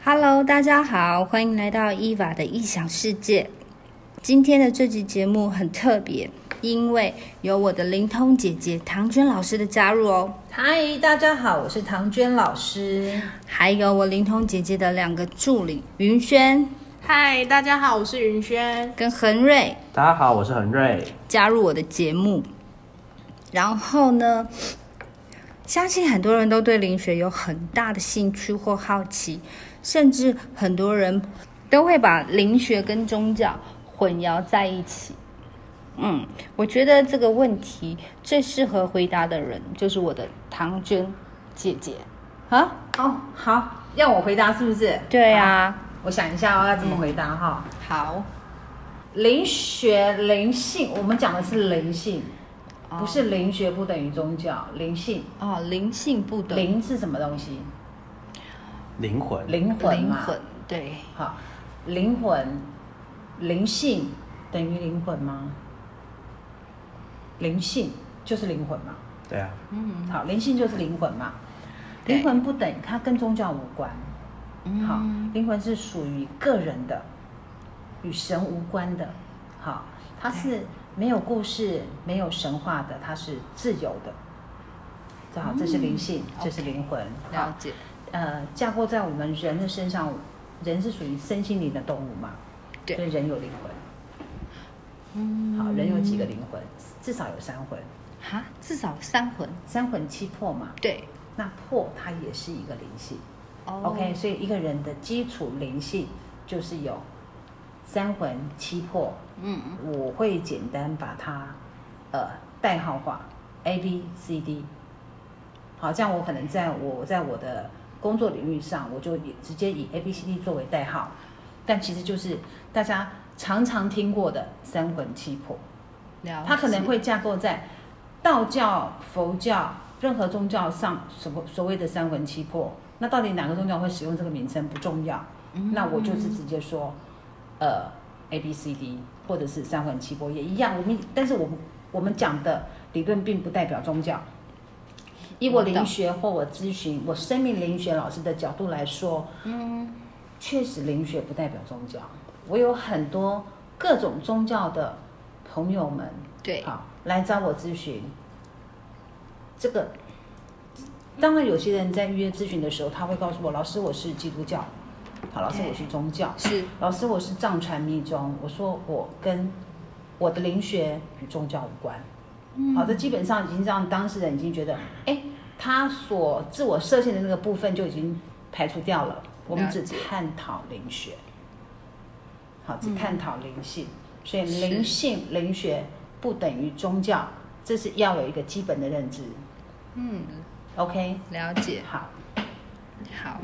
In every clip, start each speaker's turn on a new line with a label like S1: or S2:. S1: Hello，大家好，欢迎来到伊娃的异想世界。今天的这集节目很特别，因为有我的灵通姐姐唐娟老师的加入哦，
S2: 嗨，大家好，我是唐娟老师。
S1: 还有我灵通姐姐的两个助理云轩
S3: 嗨，大家好，我是云轩。
S1: 跟恒瑞
S4: 大家好，我是恒瑞。
S1: 加入我的节目。然后呢，相信很多人都对灵学有很大的兴趣或好奇，甚至很多人都会把灵学跟宗教混淆在一起。嗯，我觉得这个问题最适合回答的人就是我的唐娟姐姐啊。
S2: 哦，好，要我回答是不是？
S1: 对啊，
S2: 好，我想一下我要怎么回答哈。
S1: 好，
S2: 灵学、灵性，我们讲的是灵性，
S3: 哦
S2: 不是灵学不等于宗教。灵性，
S1: 哦，灵性不得
S2: 灵是什么东西？
S4: 灵魂，
S2: 灵魂
S1: 灵
S2: 嘛。
S1: 魂，对，
S2: 好，灵魂、灵性等于灵魂吗？灵性就是灵魂嘛。
S4: 对啊，
S2: 好，灵性就是灵魂嘛。
S1: 对嗯
S2: 灵魂不等，它跟宗教无关。好，灵魂是属于个人的，与神无关的。好，它是没有故事、没有神话的，它是自由的。好，这是灵性，这是灵魂。好
S1: 嗯了，解，
S2: 呃，架构在我们人的身上，人是属于身心灵的动物嘛？
S1: 对
S2: 所以人有灵魂。嗯，好，人有几个灵魂？至少有三魂，
S1: 哈，至少三魂，
S2: 三魂七魄嘛。
S1: 对。
S2: 那魄它也是一个灵性。
S1: 哦
S2: OK，所以一个人的基础灵性就是有三魂七魄。
S1: 嗯，
S2: 我会简单把它呃代号化 A B C D。好，这样我可能在我在我的工作领域上，我就以直接以 A B C D 作为代号，但其实就是大家常常听过的三魂七魄。
S1: 了解，
S2: 它可能会架构在道教、佛教任何宗教上什么所谓的三魂七魄。那到底哪个宗教会使用这个名称不重要，
S1: 嗯
S2: 那我就是直接说，呃，A B C D 或者是三魂七魄也一样。我们但是我们我们讲的理论并不代表宗教。以我
S1: 我懂
S2: 灵学或我咨询我生命灵学老师的角度来说，
S1: 嗯
S2: 确实灵学不代表宗教。我有很多各种宗教的朋友们，
S1: 对
S2: 好来找我咨询。这个当然，有些人在预约咨询的时候，他会告诉我：“老师，我是基督教。”好，老师，
S1: 对
S2: 我是宗教。
S1: 是
S2: 老师，我是藏传密宗。我说我跟我的灵学与宗教无关。好的，这基本上已经让当事人已经觉得，哎，他所自我设限的那个部分就已经排除掉了。我们
S1: 了
S2: 只
S1: 解
S2: 探讨灵学，好，只探讨灵性。所以灵性、灵学不等于宗教，这是要有一个基本的认知。
S1: 嗯，
S2: OK，
S1: 了解。
S2: 好，
S1: 好，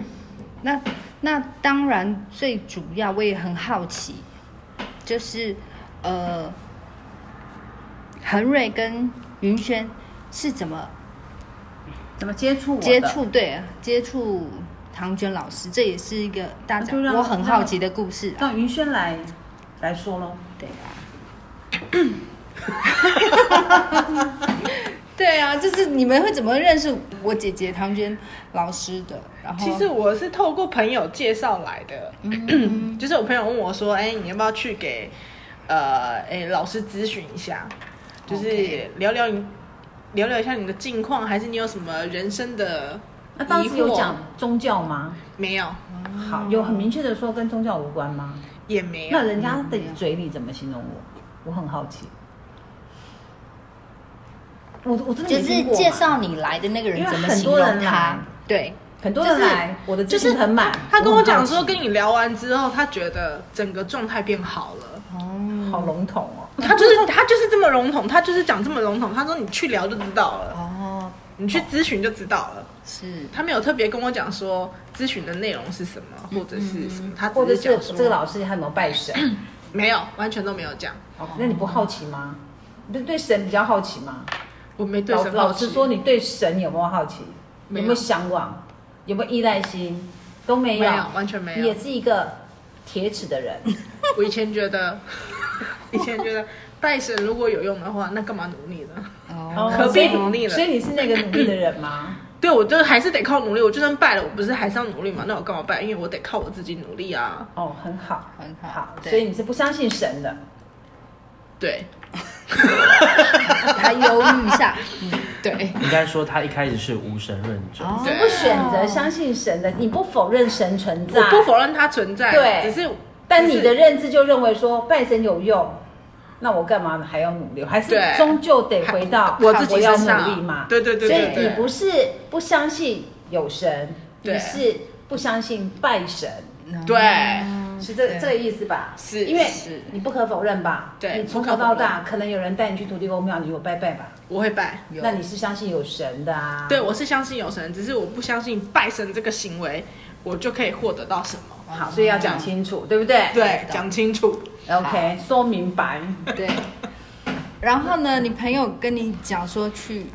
S1: 那那当然最主要，我也很好奇，就是呃，恒瑞跟云轩是怎么
S2: 怎么接触我的？
S1: 接触对接触唐娟老师？这也是一个大家
S2: 啊就让
S1: 我很好奇的故事、啊。
S2: 让云轩来来说喽。
S1: 对啊，对啊，就是你们会怎么认识我姐姐唐娟老师的？
S2: 哦
S1: 然后
S3: 其实我是透过朋友介绍来的，
S2: 嗯
S3: 就是我朋友问我说：“哎、你要不要去给呃，哎、老师咨询一下，就是
S1: OK
S3: 聊聊你聊聊一下你的近况，还是你有什么人生的
S2: 那当
S3: 疑
S2: 时
S3: 惑？”
S2: 有讲宗教吗？
S3: 没有，
S2: 好，有很明确的说跟宗教无关吗？
S3: 也嗯没有
S2: 那。人家的嘴里怎么形容我？我很好奇。我我真的
S1: 就
S2: 没
S1: 是
S2: 听过
S1: 介，绍你来的那个人
S2: 因为
S1: 怎么
S2: 很
S1: 形
S2: 多
S1: 容
S2: 人
S1: 他
S2: 来？
S1: 对，
S2: 很多人来，我的资讯很满。
S3: 他跟我讲说，
S2: 很好
S3: 跟你聊完之后，他觉得整个状态变好了。
S2: 奇好笼统哦。
S3: 他就是他就是这么笼统，他就是讲这么笼统。他说你去聊就知道了，
S1: 哦，
S3: 你去咨询就知道了。
S1: 是
S3: 他没有特别跟我讲说咨询的内容是什么，或者是什么，他
S2: 嗯或
S3: 只
S2: 者
S3: 是
S2: 是
S3: 讲说
S2: 这个老师他有没有拜神？
S3: 没有，完全都没有讲。
S2: 哦那你不好奇吗？你对对神比较好奇吗？
S3: 我没对
S2: 老
S3: 什么
S2: 老实说，你对神有没有好奇？
S3: 没
S2: 有
S3: 有
S2: 没有向往？有没有依赖心？都没
S3: 没
S2: 有，
S3: 有，完全没
S2: 你也
S3: 有。
S2: 是一个铁齿的人。
S3: 我以前觉得， 以前觉得拜神如果有用的话，那干嘛努力呢？
S1: 哦，
S2: 哦
S3: 何必努力了
S2: 所以所以你是那个努力的人吗？
S3: 对我就还是得靠努力，我就算败了，我不是还是要努力嘛？那我干嘛败？因为我得靠我自己努力啊。
S2: 哦，很好，
S1: 很好
S2: 好，
S1: 对
S2: 所以你是不相信神的，
S3: 对，
S1: 还犹豫一下，嗯，对，
S4: 应该说他一开始是无神论者，
S1: 哦
S2: 你不选择相信神的，你不否认神存在，
S3: 我不否认它存在，
S2: 对
S3: 只是
S2: 但你的认知就认为说拜神有用，那我干嘛还要努力？还是
S3: 对
S2: 终究得回到
S3: 我自己
S2: 要
S3: 身上啊
S2: 努力嘛？
S3: 对对对对
S2: 所以
S3: 对
S2: 你不是不相信有神，
S3: 对
S2: 你是不相信拜神，
S3: 对
S2: 是这
S1: 嗯对
S2: 这个意思吧？
S3: 是
S2: 因为
S1: 是
S2: 你不可否认吧？
S3: 对
S2: 你从
S3: 不
S2: 小
S3: 可
S2: 到
S3: 否认
S2: 大，可能有人带你去土地公庙，你有拜拜吧？
S3: 我会败。
S1: 有
S2: 那你是相信有神的啊？
S3: 对，我是相信有神，只是我不相信拜神这个行为，我就可以获得到什么。
S2: 好，所以要讲清楚，对不对？
S3: 对，讲清楚。
S2: ，OK，说明白。
S1: 对。然后呢，你朋友跟你讲说去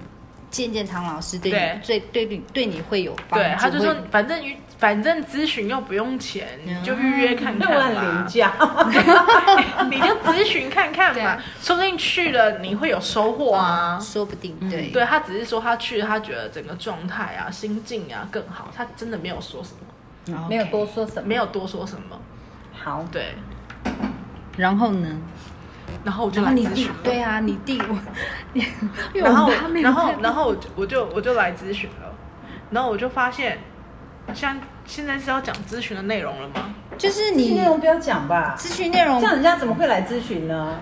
S1: 见见唐老师，对
S3: 对
S1: 你最对你对你会有帮助。
S3: 对，他就说
S1: 会
S3: 反正预反正咨询又不用钱，你就预约
S1: 嗯
S3: 看
S2: 那我
S3: 看
S2: 很
S3: 嘛
S2: 廉，价，
S3: 你就咨询看看嘛，说不定去了你会有收获啊。
S1: 说不定对、
S3: 对他只是说他去了，他觉得整个状态啊、心境啊更好，他真的没有说什么，
S1: OK
S2: 嗯没有多。说什么，
S3: 没有多说什么。
S2: 好。
S3: 对，
S1: 然后呢？
S3: 然后我就
S1: 然后
S3: 来
S1: 你
S3: 咨
S1: 弟
S3: 询了，
S1: 对啊，你弟我，因为我
S3: 然后
S1: 妈没有
S3: 然后
S1: 看
S3: 然后我就我就我就来咨询了，然后我就发现，像现在是要讲咨询的内容了吗？
S1: 就是
S2: 咨询
S1: 你
S2: 内容不要讲吧，
S1: 咨询内容
S2: 这样人家怎么会来咨询呢？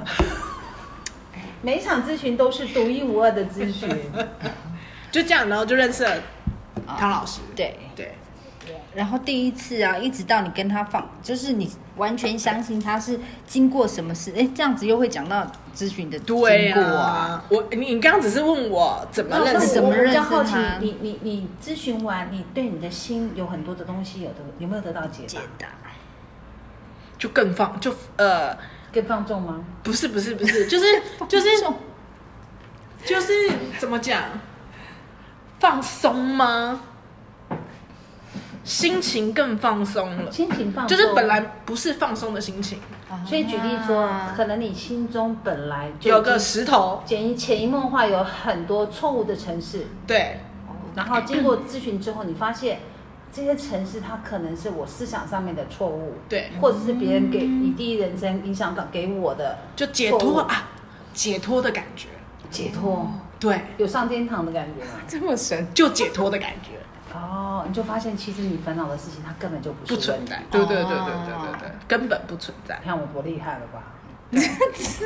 S2: 每一场咨询都是独一无二的咨询，
S3: 就这样，然后就认识了汤老师。
S1: 对，
S3: 对
S1: 然后第一次啊，一直到你跟他放，就是你完全相信他是经过什么事，哎，这样子又会讲到咨询的经
S3: 对
S1: 过啊，
S3: 啊，我你你刚刚只是问我怎么
S2: 那
S3: 认
S2: 那
S3: 识
S1: 怎
S2: 我
S1: 么
S2: 我比
S1: 认
S2: 较
S1: 识
S2: 好奇
S1: 他，
S2: 你你你咨询完，你对你的心有很多的东西有得有没有得到解
S1: 解
S2: 答？
S1: 答。
S3: 就更放就呃
S2: 更放纵吗？
S3: 不是不是不是，就是就是
S1: 哦
S3: 就是怎么讲，放松吗？心情更放松了，
S2: 心情放纵，
S3: 就是本来，不是放松的心情，
S2: 所以举例说
S1: 啊，
S2: 可能你心中本来就
S3: 有个石头，
S2: 潜移潜移默化有很多错误的城市，
S3: 对
S2: 然后经过咨询之后，你发现这些城市它可能是我思想上面的错误，
S3: 对，
S2: 或者是别人给你第一人称影响到给我的
S3: 就解
S2: 错误
S3: 脱啊，解脱的感觉，
S2: 解脱，
S3: 对，
S2: 有上天堂的感觉吗？
S1: 这么神，
S3: 就解脱的感觉
S2: 哦，你就发现其实你烦恼的事情它根本就不是
S3: 不存
S2: 问题
S3: 在，对对对对对对对，根本不存在
S2: 你，看我多厉害了吧？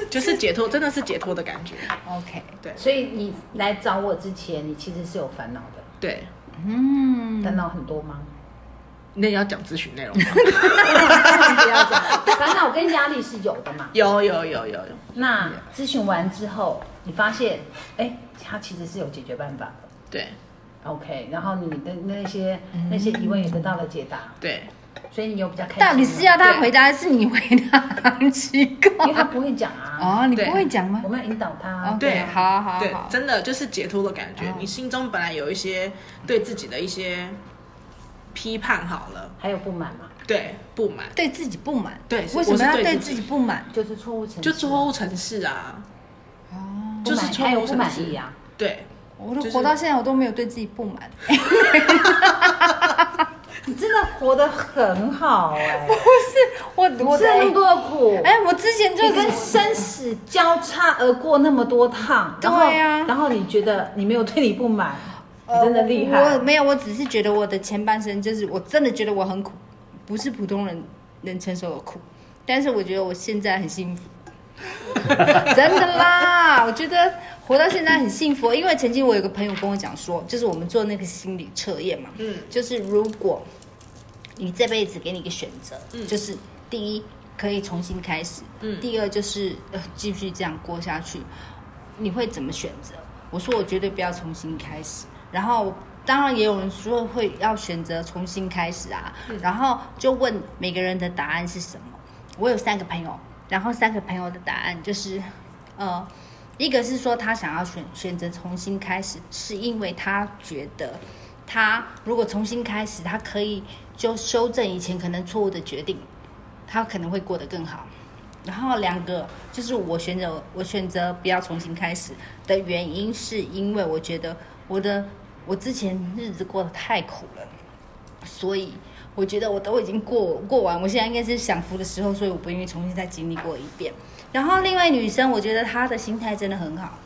S3: 就是解脱，真的是解脱的感觉，
S1: OK，
S2: 所以你来找我之前，你其实是有烦恼的，
S3: 对。
S1: 嗯，
S2: 烦恼很多吗？
S3: 那要讲咨询内容吗？
S2: 不要讲， 烦恼跟压力是有的嘛。
S3: 有有有有有，
S2: 那咨询完之后，你发现，哎，它其实是有解决办法的。
S3: 对
S2: OK，然后你的那些那些疑问也得到了解答，
S3: 对，
S2: 所以你有比较开心吗。
S1: 到底是要他回答，还是你回答？很奇
S2: 因为
S1: 怪。
S2: 他不会讲啊，
S1: 哦，你
S3: 对
S1: 不会讲吗
S2: 我？们要引导他
S1: 哦。
S3: 对
S1: 好啊好啊
S3: 对
S1: 好啊，
S3: 真的就是解脱的感觉
S1: 哦。
S3: 你心中本来有一些对自己的一些批判，好了，
S2: 还有不满嘛，
S3: 对不满，
S1: 对自己不满，
S3: 对
S1: 为什么
S3: 我是
S1: 要
S3: 对
S1: 对
S3: 自
S1: 自
S3: 己
S1: 己不满？
S2: 就是错误成
S3: 就错误城市啊，
S1: 哦，
S2: 不满
S3: 就是错误
S2: 还有不满
S3: 程式
S2: 意啊。
S3: 对，
S1: 我都
S3: 就是
S1: 活到现在，我都没有对自己不 满。
S2: 你真的活得很好 哎、
S1: 我
S2: 你
S1: 我
S2: 吃了那么多的苦，
S1: 哎，我之前就
S2: 你跟生死交叉而过那么多趟，然后
S1: 对啊呃
S2: 然后你觉得你没有对你不满，你真的厉害。
S1: 我没有，我只是觉得我的前半生就是我真的觉得我很苦，不是普通人能承受的苦。但是我觉得我现在很幸福， 真的啦！我觉得活到现在很幸福，因为曾经我有个朋友跟我讲说，就是我们做那个心理测验嘛，
S3: 嗯，
S1: 就是如果你这辈子给你一个选择，
S3: 嗯
S1: 就是第一可以重新开始，
S3: 嗯
S1: 第二就是呃继续这样过下去，你会怎么选择？我说我绝对不要重新开始。然后当然也有人说会要选择重新开始啊，
S3: 嗯
S1: 然后就问每个人的答案是什么。我有三个朋友，然后三个朋友的答案就是，呃，一个是说他想要选选择重新开始，是因为他觉得他如果重新开始，他可以就修正以前可能错误的决定，他可能会过得更好。然后两个就是我选择我选择不要重新开始的原因，是因为我觉得我的我之前日子过得太苦了，所以我觉得我都已经过过完，我现在应该是享福的时候，所以我不愿意重新再经历过一遍。然后另外女生，我觉得她的心态真的很好，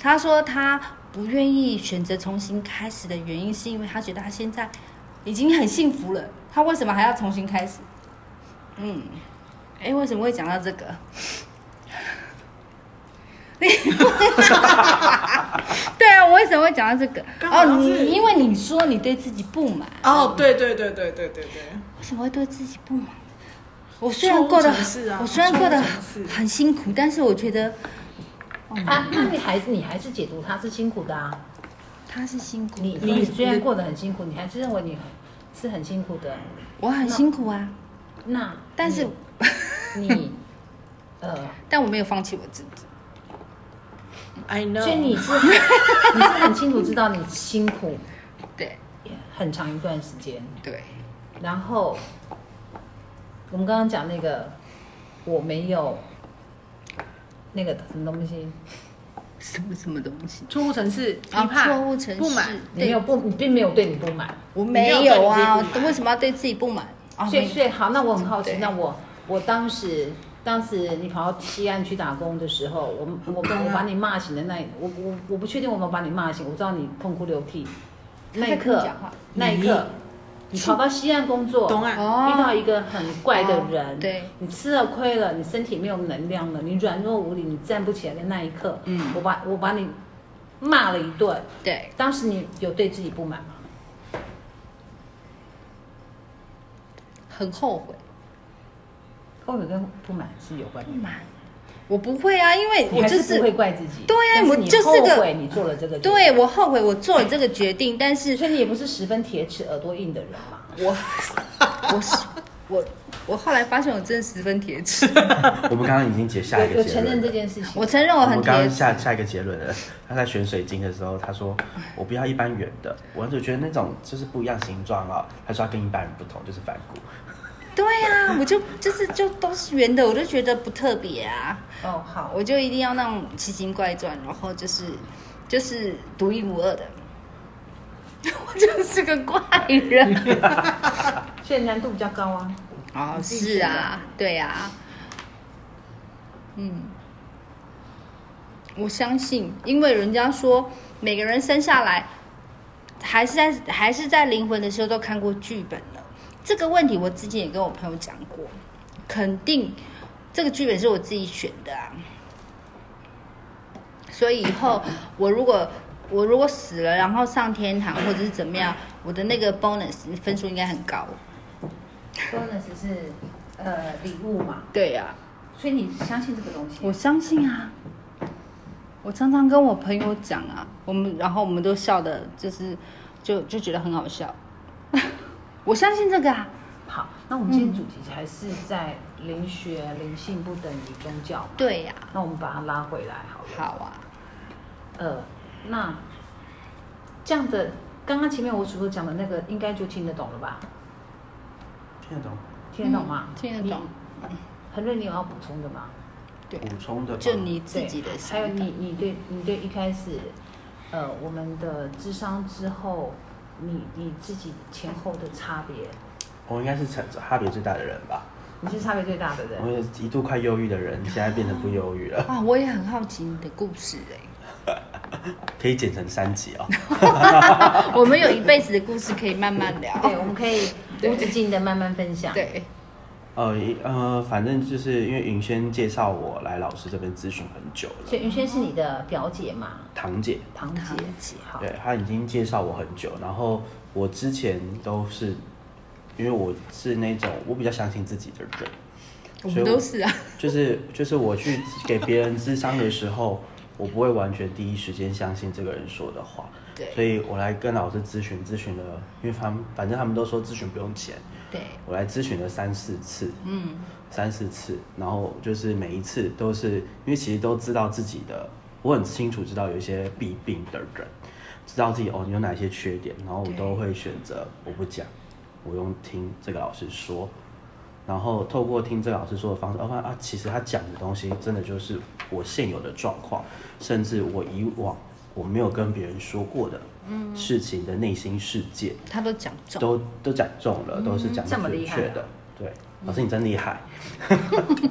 S1: 她说她不愿意选择重新开始的原因，是因为她觉得她现在已经很幸福了，她为什么还要重新开始？嗯，哎，为什么会讲到这个？ 对啊，我为什么会讲到这个？
S3: 干嘛
S1: 哦，
S3: 是
S1: 你因为你说你对自己不满，
S3: 哦，对对对对对对对，
S1: 为什么会对自己不满？我虽然过得
S3: 错误城市啊
S1: 我虽然过得
S3: 错误城市
S1: 很辛苦，但是我觉得
S2: 啊，那你还是你还是解读他是辛苦的啊。
S1: 他是辛苦的，
S2: 你你虽然过得很辛苦，你还是认为你很是很辛苦的。
S1: 我很辛苦啊，
S2: 那
S1: 但是
S2: 你你呃，
S1: 但我没有放弃我自己。
S2: 所
S3: ，I
S2: 以
S3: know，
S2: 你是你是很清楚知道你辛苦
S1: 对
S2: 很长一段时间，
S1: 对，
S2: 然后我们刚刚讲那个我没有那个什么东西，
S1: 什么什么东西？
S3: 错误城市，批
S1: 啊，
S3: 判，
S1: 错误城市
S3: 不满，
S2: 你没有不你并没有对你不满，
S1: 我
S3: 没
S1: 没
S3: 有
S1: 有啊，
S3: 对你自己不
S1: 我
S3: 满
S1: 为什么要对自己不满？啊，
S2: 所以
S1: 没
S2: 所以好，那我很好奇
S1: 对，
S2: 那我我当时当时你跑到西安去打工的时候，我 我我把你骂醒的那一，我我我不确定我有没有把你骂醒，我知道你痛哭流涕，那一
S1: 在跟你
S2: 刻
S1: 讲话
S2: 那一刻，你跑到西安工作，
S3: 东岸，
S1: 哦，
S2: 遇到一个很怪的人，
S1: 哦对
S2: 你吃了亏了，你身体没有能量了，你软弱无力，你站不起来的那一刻，
S1: 嗯
S2: 我把我把你骂了一顿，
S1: 对，
S2: 当时你有对自己不满吗？
S1: 很后悔。
S2: 后悔跟不满是有关的
S1: 哦不。满，我不会啊，因为
S2: 你
S1: 我
S2: 还
S1: 就是
S2: 不会怪自己，
S1: 对啊
S2: 但
S1: 我
S2: 你
S1: 就是
S2: 后
S1: 个
S2: 悔你做了这个决定，
S1: 对我后悔我做了这个决定，但是
S2: 所以你也不是十分铁齿耳朵硬的人嘛。
S1: 我我是我我后来发现我真的十分铁齿，
S4: 我们刚刚已经解下一
S2: 有
S4: 个
S2: 有
S4: 结
S2: 承认
S4: 论
S2: 这
S4: 了。
S2: 件事情，
S1: 我承认
S4: 我
S1: 我
S4: 们
S1: 很
S4: 刚
S1: 铁
S4: 刚
S1: 齿。
S4: 下下一个结论了。他在选水晶的时候，他说：“我不要一般圆的，我就觉得那种就是不一样形状哦。”他说他跟一般人不同，就是反骨。
S1: 对啊，我就就是就都是圆的，我就觉得不特别啊，
S2: 哦，好，
S1: 我就一定要那种奇形怪状，然后就是就是独一无二的。我就是个怪人
S2: 所以难度比较高啊。
S1: 哦，是啊，对啊，嗯，我相信，因为人家说每个人生下来还是在还是在灵魂的时候都看过剧本了。这个问题我之前也跟我朋友讲过，肯定这个剧本是我自己选的啊。所以以后我如果我如果死了，然后上天堂或者是怎么样，我的那个 bonus 分数应该很高。
S2: bonus 是呃礼物嘛，
S1: 对呀、
S2: 所以你相信这个东西？
S1: 我相信啊，我常常跟我朋友讲啊，我们然后我们都笑的，就是就就觉得很好笑。 我相信这个啊，
S2: 好，那我们今天主题还是在灵学、灵性不等于宗教嘛。
S1: 对呀、
S2: 那我们把它拉回来好了。
S1: 好啊，
S2: 呃，那这样的，刚刚前面我所讲的那个，应该就听得懂了吧？
S4: 听得懂？
S2: 听得懂吗？
S1: 嗯听得懂
S2: 你。恒瑞，你有要补充的吗？
S1: 对啊
S4: 补充的吧
S1: 就你自己的
S2: 对
S1: 想
S2: 还有
S1: 法
S2: 你，你对你对一开始，呃，我们的智商之后，你你自己前后的差别，
S4: 哦我应该是差差别最大的人吧。
S2: 你是差别最大的
S4: 我
S2: 人。
S4: 也一度快忧郁的人，现在变成不忧郁了，
S1: 啊，我也很好奇你的故事哎、
S4: 可以剪成三集哦。
S1: 我们有一辈子的故事可以慢慢聊。
S2: 对，我们可以
S1: 对
S2: 无止境的慢慢分享。，
S1: 对，
S4: 呃一呃，反正就是因为云轩介绍我来老师这边咨询很久
S2: 所
S4: 了，
S2: 以云轩是你的表姐嘛，
S4: 堂姐，
S2: 堂姐。
S1: 堂姐
S2: 好，
S4: 对她已经介绍我很久，然后我之前都是因为我是那种我比较相信自己的人，
S1: 我
S4: 所以
S1: 们
S4: 我
S1: 都是啊，
S4: 就是就是我去给别人咨商的时候，我不会完全第一时间相信这个人说的话，
S1: 对
S4: 所以我来跟老师咨询，咨询了，因为他们反正他们都说咨询不用钱，
S1: 对，
S4: 我来咨询了三四次，
S1: 嗯，
S4: 三四次，然后就是每一次都是因为其实都知道自己的，我很清楚知道有一些弊病的人，知道自己哦有哪些缺点，然后我
S1: 对
S4: 都会选择我不讲，我用听这个老师说，然后透过听这个老师说的方式，哦发现啊，其实他讲的东西真的就是我现有的状况，甚至我以往我没有跟别人说过的
S1: 嗯
S4: 事情的内心世界，
S1: 他都讲中，嗯
S4: 都都讲中了，都是讲
S2: 这么
S4: 准
S2: 厉害
S4: 确
S2: 啊
S4: 的。对，老师你真厉害。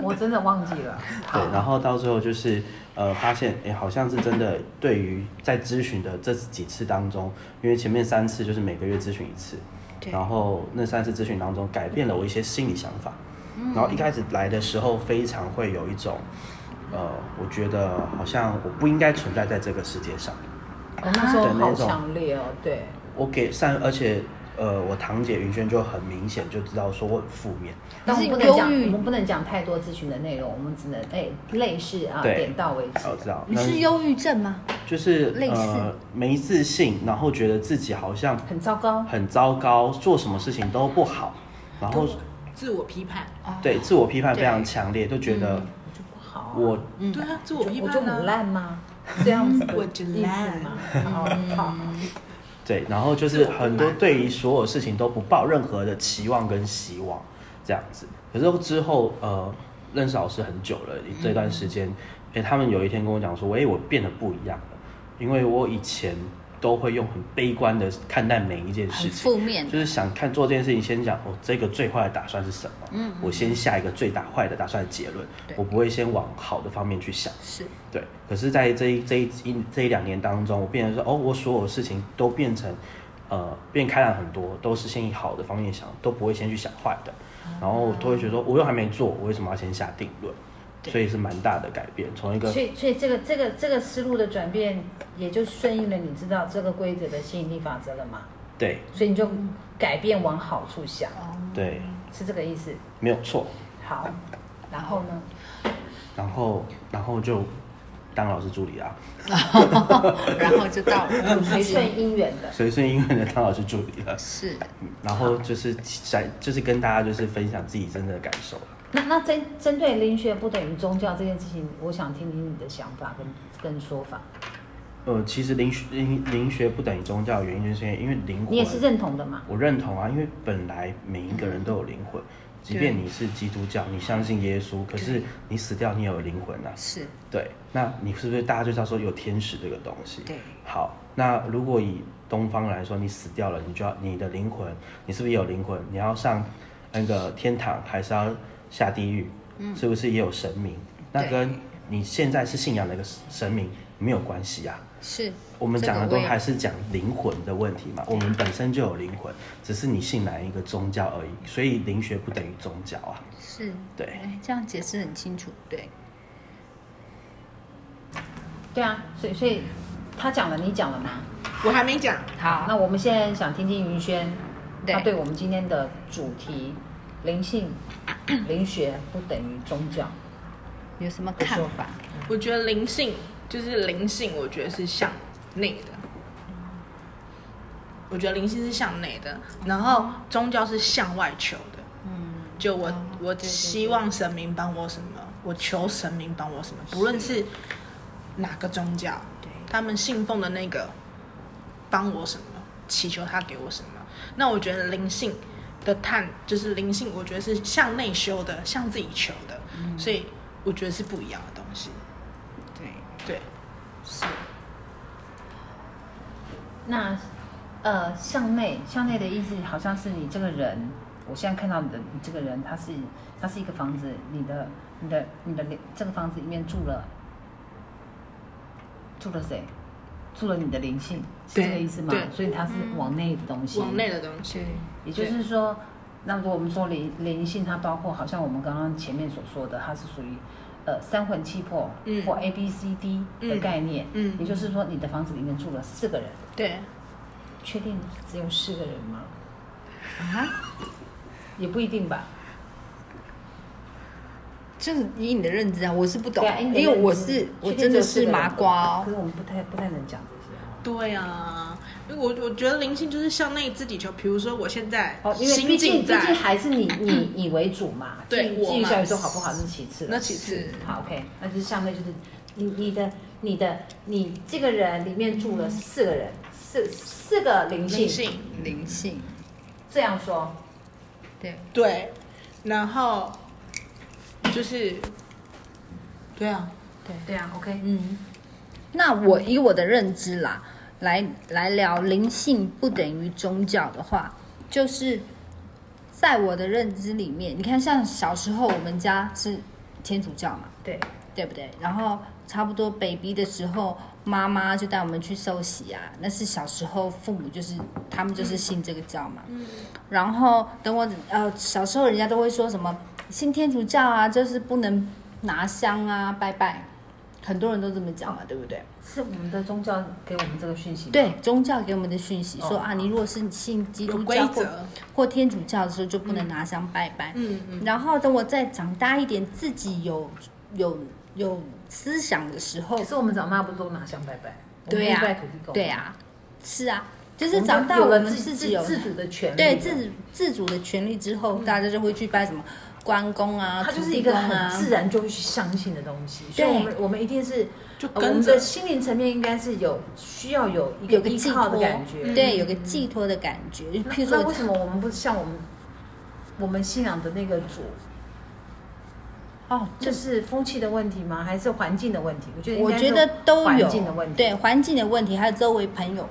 S2: 我真的忘记了。好
S4: 对，，然后到最后就是呃，发现哎、诶好像是真 的。对于在咨询的这几次当中，因为前面三次就是每个月咨询一次，
S1: 对
S4: 然后那三次咨询当中改变了我一些心理想法。
S1: 嗯
S4: 然后一开始来的时候，非常会有一种呃，我觉得好像我不应该存在在这个世界上。
S2: 我那时候
S4: 对那
S2: 好
S4: 种
S2: 强烈哦，对，
S4: 我给善，而且呃，我堂姐云轩就很明显就知道说我很负面。
S2: 但我
S1: 是
S2: 们不能讲，
S1: 忧郁
S2: 我们不能讲太多咨询的内容，我们只能哎，类似啊，
S4: 对
S2: 点到为止。
S4: 哦我知道，
S1: 你是
S4: 那
S1: 忧郁症吗？
S4: 就是
S1: 类似
S4: 呃没自信，然后觉得自己好像
S2: 很糟糕，
S4: 很糟糕，做什么事情都不好，然后
S3: 自我批判，
S4: 对自我批判非常
S1: 对嗯
S4: 强烈，就觉得
S2: 就不好啊。
S4: 我
S3: 对啊，自我批
S2: 我
S3: 判
S2: 就很烂吗？这样 子的
S3: 我就
S2: 意思
S3: 烂
S2: 吗？好哦好，
S4: 对，然后就是很多对于所有事情都不抱任何的期望跟希望这样子。可是之后呃，认识老师很久了，这段时
S1: 嗯
S4: 间，哎、他们有一天跟我讲说，哎、我变得不一样了，因为我以前都会用很悲观的看待每一件事
S1: 哦很
S4: 情
S1: 负，面
S4: 就，是想看做这件事情，先讲哦，这个最坏的打算是什么？嗯，我先下一个最大坏的打算的结论
S1: 对，
S4: 我不会先往好的方面去想。
S1: 是
S4: 对，可是，在这一这一这一这一两年当中，我变成说，哦，我所有事情都变成，呃，变开朗很多，都是先以好的方面想，都不会先去想坏的，然后都会觉得说，我又还没做，我为什么要先下定论？
S1: 对
S4: 所以是蛮大的改变，从一个
S2: 所以所以这个这个这个思路的转变，也就顺应了你知道这个规则的吸引力法则了嘛？
S4: 对
S2: 所以你就改变往好处想，
S4: 对，
S2: 是这个意思。
S4: 没有错，
S2: 好，然后呢？
S4: 然后然后就当老师助理啦，
S1: 然后就到了
S2: 随顺因缘的，
S4: 随顺应运的当老师助理了，
S1: 是
S4: 嗯然后就是在就是跟大家就是分享自己真正的感受啦
S2: 那那针针对灵学不等于宗教这件事情，我想听听你的想法跟跟说法。
S4: 呃，其实灵学灵灵学不等于宗教，原因就是因为因为灵魂，
S2: 你也是认同的嘛？
S4: 我认同啊，因为本来每一个人都有灵魂，即便你是基督教，你相信耶稣，可是你死掉你也有灵魂呐、
S1: 是，
S4: 对，那你是不是大家就知道说有天使这个东西？
S1: 对。
S4: 好，那如果以东方来说，你死掉了，你就要你的灵魂，你是不是也有灵魂？你要上那个天堂，还是要下地狱？嗯，是不是也有神明？那
S1: 对
S4: 跟你现在是信仰的一个神明没有关系啊。
S1: 是，
S4: 我们讲的
S1: 这
S4: 都
S1: 个我也
S4: 还是讲灵魂的问题嘛，我们本身就有灵魂，只是你信哪一个宗教而已，所以灵学不等于宗教啊。
S1: 是，
S4: 对
S1: 哎，这样解释很清楚，对，
S2: 对啊，所以所以他讲了，你讲了吗？
S3: 我还没讲，
S1: 好
S2: 那我们现在想听听云轩，
S1: 对
S2: 他对我们今天的主题“灵 性灵学不等于宗教
S1: 有什么看
S2: 说
S1: 法？
S3: 我觉得灵性就是灵性，我觉得是向内的。我觉得灵性是向内的，然后宗教是向外求的。
S1: 嗯，
S3: 就我、
S1: 哦
S3: 我
S1: 对对
S3: 希望神明帮我什么，我求神明帮我什么，不论是哪个宗教，
S1: 对
S3: 他们信奉的那个帮我什么，祈求他给我什么。那我觉得灵性的探就是灵性，我觉得是向内修的，向自己求的，
S2: 嗯
S3: 所以我觉得是不一样的东西。
S1: 对，
S3: 对，
S1: 是，”。
S2: 那呃，向内，向内的意思好像是你这个人，我现在看到你的你这个人，他是他是一个房子，你的你的你的这个房子里面住了住了谁？住了你的灵性，是
S3: 对
S2: 这个意思吗
S3: 对？嗯
S2: 所以它是往内的东西，
S3: 往内的东西。
S2: 也就是说，那如果我们说灵灵性，它包括好像我们刚刚前面所说的，它是属于呃三魂七魄、
S3: 嗯
S2: 或 A B C D 的
S3: 嗯
S2: 概念。
S3: 嗯
S2: 也就是说，你的房子里面住了四个人，
S3: 对，
S2: 确定只有四个人吗？
S1: 啊，
S2: 也不一定吧。
S1: 就是以你的认知啊，我是不懂
S2: 对啊，你的
S1: 因为我
S2: 认知
S1: 是我真
S2: 确定只有
S1: 的
S2: 四个
S1: 是
S2: 人
S1: 麻
S2: 吗
S1: 瓜哦
S2: 可，是我们不太不太能讲这些哦。
S3: 对啊，因为我我觉得灵性就是向内自己求，比如说我现在
S2: 哦，因为毕
S3: 心
S2: 竟
S3: 境
S2: 毕竟
S3: 在，
S2: 还是你你你为主嘛，
S3: 对
S2: 至于
S3: 我
S2: 至于
S3: 嘛
S2: 小宇宙好不好那是其次了，
S3: 那其次
S2: 好 OK，那就是相对就是你你的你的你这个人里面住了四个人，四四个灵性，
S3: 灵性
S1: 灵性，
S2: 这样说，
S1: 对，
S3: 对，然后就是，对啊，
S2: 对对啊，OK，
S1: 嗯，那我以我的认知啦，来来聊灵性不等于宗教的话，就是在我的认知里面，你看像小时候我们家是天主教嘛，
S2: 对，
S1: 对不对？然后差不多 baby 的时候，妈妈就带我们去受洗啊。那是小时候父母就是他们就是信这个教嘛。
S3: 嗯
S1: 然后等我呃小时候人家都会说什么信天主教啊，就是不能拿香啊拜拜，很多人都这么讲嘛，对不对？
S2: 是我们的宗教给我们这个讯
S3: 嗯
S2: 息。，
S1: 对宗教给我们的讯息说
S2: 哦
S1: 啊，你如果是信基
S3: 有
S1: 督
S3: 规
S1: 教或
S3: 则，
S1: 或天主教的时候，就不能拿香拜拜。
S3: 嗯嗯，
S1: 然后等我再长大一点，自己有有有思想的时候
S2: 可，是我们长大不是都拿香拜拜？
S1: 对
S2: 呀、
S1: 呀、
S2: 拜土地公。
S1: 对
S2: 呀、
S1: 呀、是啊，就
S2: 就是
S1: 长大
S2: 有
S1: 我
S2: 了
S1: 们
S2: 自
S1: 自己有
S2: 自主的权利，嗯
S1: 对自自主的权利之后，大家就会去拜什么关公啊，
S2: 它就是
S1: 土地
S2: 一个
S1: 公
S2: 很
S1: 啊
S2: 自，然就会去相信的东西。所以
S1: 对
S2: 我们我们一定是
S3: 就
S2: 呃我
S3: 跟
S2: 们
S3: 着
S2: 的心灵层面应该是有需要有一
S1: 有
S2: 个
S1: 个
S2: 依
S1: 寄
S2: 靠
S1: 托
S2: 的感觉。嗯
S1: 对，有个寄托的感觉。譬如
S2: 那
S1: 说
S2: 那
S1: 我
S2: 为什么我们不像我们我们信仰的那个主？
S1: 哦，
S2: 这是风气的问题吗？还是环境的问题？我觉得应
S1: 我
S2: 该
S1: 觉
S2: 是
S1: 得都
S2: 环
S1: 有
S2: 境的问题。
S1: 对环境的问题，还有周围朋友，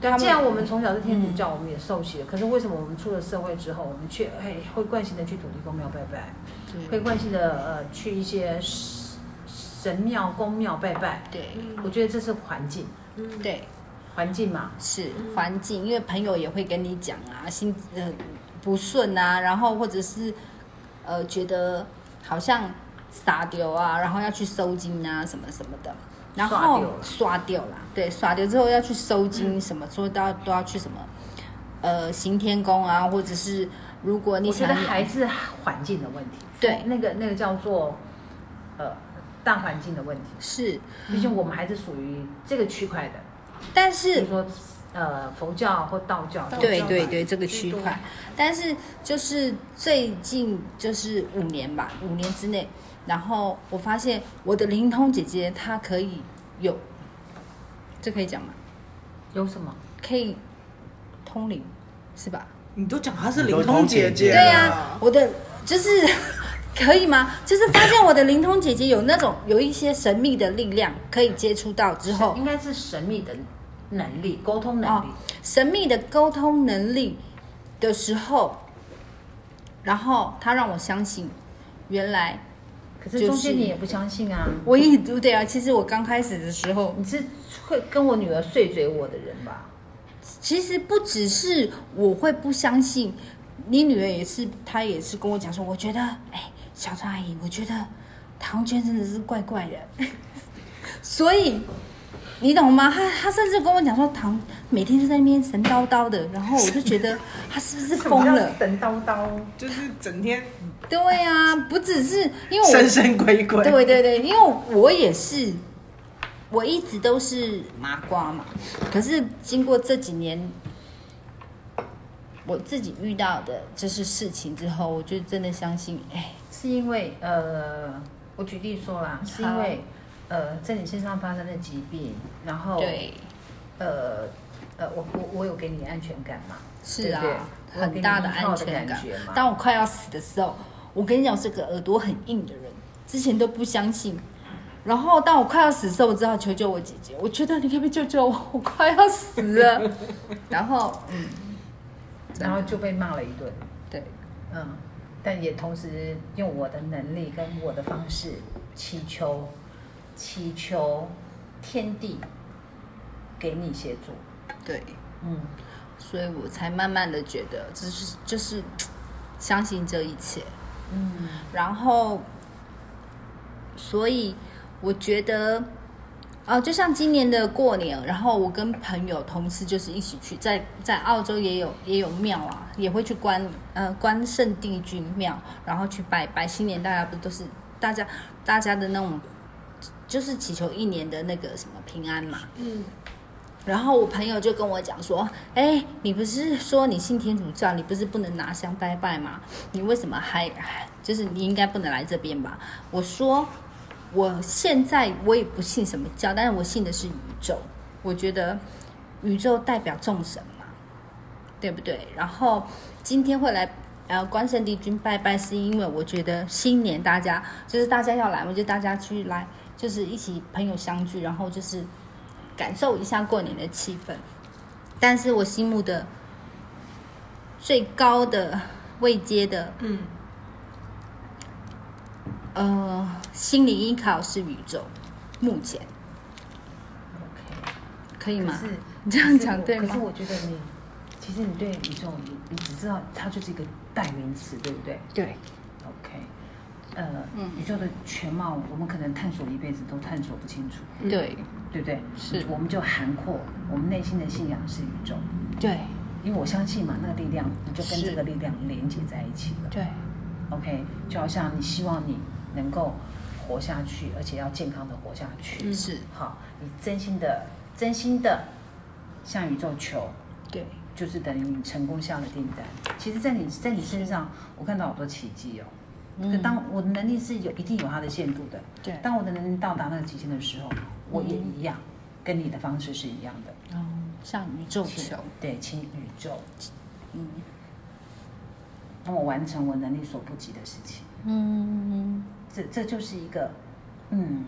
S2: 对啊，
S1: 他们
S2: 既然我们从小是
S1: 嗯
S2: 天主教，我们也受洗了，可是为什么我们出了社会之后，我们却哎会惯性的去土地公庙拜拜，
S1: 嗯
S2: 会惯性的呃去一些神神庙、公庙拜拜？
S1: 对
S2: 我觉得这是环境，
S3: 嗯，
S1: 对
S2: 环境嘛，
S1: 是
S2: 嗯
S1: 环境，因为朋友也会跟你讲啊，心呃不顺啊，然后或者是呃觉得好像撒丢啊，然后要去收金啊什么什么的，然
S2: 刷
S1: 后
S2: 丢了嗯
S1: 刷掉啦，对，刷掉之后要去收金什么，说到都要去什么呃行天宫啊，或者是如果你
S2: 我觉
S1: 想
S2: 得
S1: 要
S2: 还是环境的问题。
S1: 对
S2: 那个那个叫做呃大环境的问题，
S1: 是，
S2: 毕
S1: 嗯
S2: 竟我们还是属于这个区块的，
S1: 但
S2: 比
S1: 是
S2: 如说呃佛教或道教的。
S1: 对
S3: 道
S1: 对
S3: 吧
S1: 对，这个区
S3: 最多
S1: 块。但是就是最近就是五年吧，五年之内，然后我发现我的灵通姐姐她可以有，这可以讲吗？
S2: 有什么？
S1: 可以通灵，是吧？
S3: 你都讲她是
S4: 你都
S3: 灵通
S4: 通姐
S3: 姐
S4: 姐
S3: 姐
S4: 对
S3: 了，
S1: 对
S4: 啊
S1: 呀、我的就是 可以吗？就是发现我的灵通姐姐有那种有一些神秘的力量可以接触到之后
S2: 应，该是神秘的能力，沟通
S1: 哦
S2: 能力。，
S1: 神秘的沟通能力的时候，然后他让我相信，原来
S2: 嗯可是中
S1: 就是
S2: 间你也不相信啊，
S1: 我也对不对啊？其实我刚开始的时候，
S2: 你是会跟我女儿碎嘴我的人吧？
S1: 其实不只是我会不相信，你女儿也是，她也是跟我讲说，我觉得，哎，小张阿姨，我觉得唐娟真的是怪怪的， 所以。你懂吗？她她甚至跟我讲说，唐每天就在那边神叨叨的，然后我就觉得她是不是疯了？
S2: 神叨叨，
S3: 就是整天
S1: 对啊，不只是因为我
S3: 神神鬼鬼，
S1: 对对对，因为我也是，我一直都是麻瓜嘛。可是经过这几年，我自己遇到的就是事情之后，我就真的相信，哎，
S2: 是因为呃，我举例说啦，是因为呃，在你身上发生的疾病，然后
S1: 对，
S2: 呃呃，我我我有给你安全感嘛？
S1: 是啊
S2: 对不对
S1: 很大的安
S2: 我有给你
S1: 全
S2: 依靠的
S1: 感
S2: 感觉嘛。
S1: 当我快要死的时候，我跟你讲，我是个耳朵很硬的人，之前都不相信。然后当我快要死的时候，我只好求救我姐姐，我觉得你可不可以救救我，我快要死 了。然后，嗯，
S2: 然后就被骂了一顿，
S1: 对。
S2: 嗯，但也同时用我的能力跟我的方式祈求，祈求天地给你协助。
S1: 对，
S2: 嗯，
S1: 所以我才慢慢的觉得，就是就是相信这一切。
S2: 嗯，
S1: 然后，所以我觉得，呃，就像今年的过年，然后我跟朋友、同事就是一起去，在在澳洲也有也有庙啊，也会去关呃关圣帝君庙，然后去拜拜。新年大家不都是大家大家的那种，就是祈求一年的那个什么平安嘛。
S3: 嗯，
S1: 然后我朋友就跟我讲说：“哎，你不是说你信天主教，你不是不能拿香拜拜吗？你为什么还哎就是你应该不能来这边吧？”我说：“我现在我也不信什么教，但是我信的是宇宙。我觉得宇宙代表众神嘛，对不对？然后今天会来呃关圣帝君拜拜，是因为我觉得新年大家就是大家要来，我觉得大家去来就是一起朋友相聚，然后就是感受一下过年的气氛。但是我心目的最高的位阶的
S3: 嗯，
S1: 呃心理依靠是宇宙，目前
S2: OK，
S1: 可以
S2: 可
S1: 吗？
S2: 是
S1: 你这样讲对吗
S2: 可是我觉得你，其实你对宇宙，你你只知道它就是一个代名词，对不对
S1: 对，
S2: ？OK，呃，
S1: 嗯
S2: 宇宙的全貌，我们可能探索一辈子都探索不清楚，
S1: 对，
S2: 对不对？
S1: 是
S2: 我们就涵括我们内心的信仰是宇宙，
S1: 对，
S2: 因为我相信嘛，那个力量你就跟
S1: 是
S2: 这个力量连接在一起了。
S1: 对，
S2: OK，就好像你希望你能够活下去，而且要健康的活下去。
S1: 嗯是，
S2: 好，你真心的、真心的向宇宙求，
S1: 对，
S2: 就是等于你成功下了订单。其实，在你在你身上，我看到好多奇迹哦。可当我的能力是有一定有它的限度的，
S1: 嗯对嗯
S2: 当我的能力到达那个极限的时候，我也一样，跟你的方式是一样的。
S1: 哦，向宇宙求，
S2: 对，请宇宙，嗯，让我完成我能力所不及的事情。
S1: 嗯，
S2: 这这就是一个，嗯，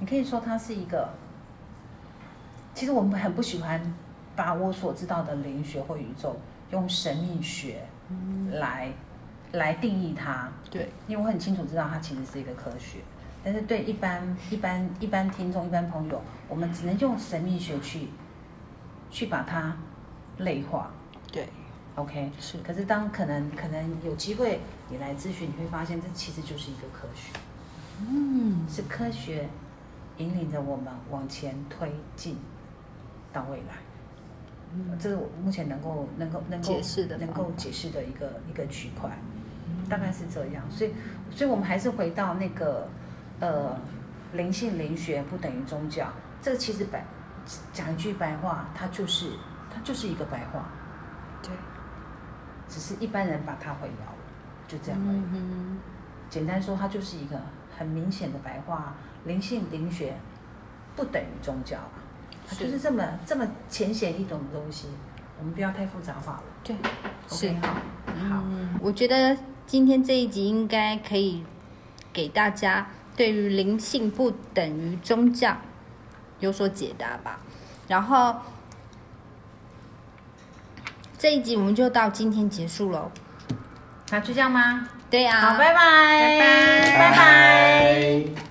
S2: 你可以说它是一个。其实我们很不喜欢把我所知道的灵学或宇宙用神秘学来、来定义它，
S1: 对，
S2: 因为我很清楚知道它其实是一个科学，但是对一般一般一般听众、一般朋友，我们只能用神秘学去去把它类化。
S1: 对，
S2: OK，
S1: 是
S2: 可是当可能可能有机会你来咨询，你会发现这其实就是一个科学，
S1: 嗯，
S2: 是科学引领着我们往前推进到未来。这是我目前能够能够能
S1: 嗯
S2: 够
S1: 解释的
S2: 能
S1: 方嗯
S2: 够解释的一个一个区块，大概是这样。所以，所以我们还是回到那个呃，灵性灵学不等于宗教，这个其实白讲一句白话，它就是它就是一个白话。
S1: 对，
S2: 只是一般人把它混淆了，就这样而已。
S1: 嗯哼，
S2: 简单说，它就是一个很明显的白话，灵性灵学不等于宗教啊，它就是是这么这么浅显易懂的东西，我们不要太复杂化了。
S1: 对，是
S2: OK，。好，好，
S1: 嗯，我觉得今天这一集应该可以给大家对于灵性不等于宗教有所解答吧。然后这一集我们就到今天结束喽。
S2: 那就这样吗？
S1: 对啊，
S2: 好，拜拜，拜拜，拜拜。
S4: 拜拜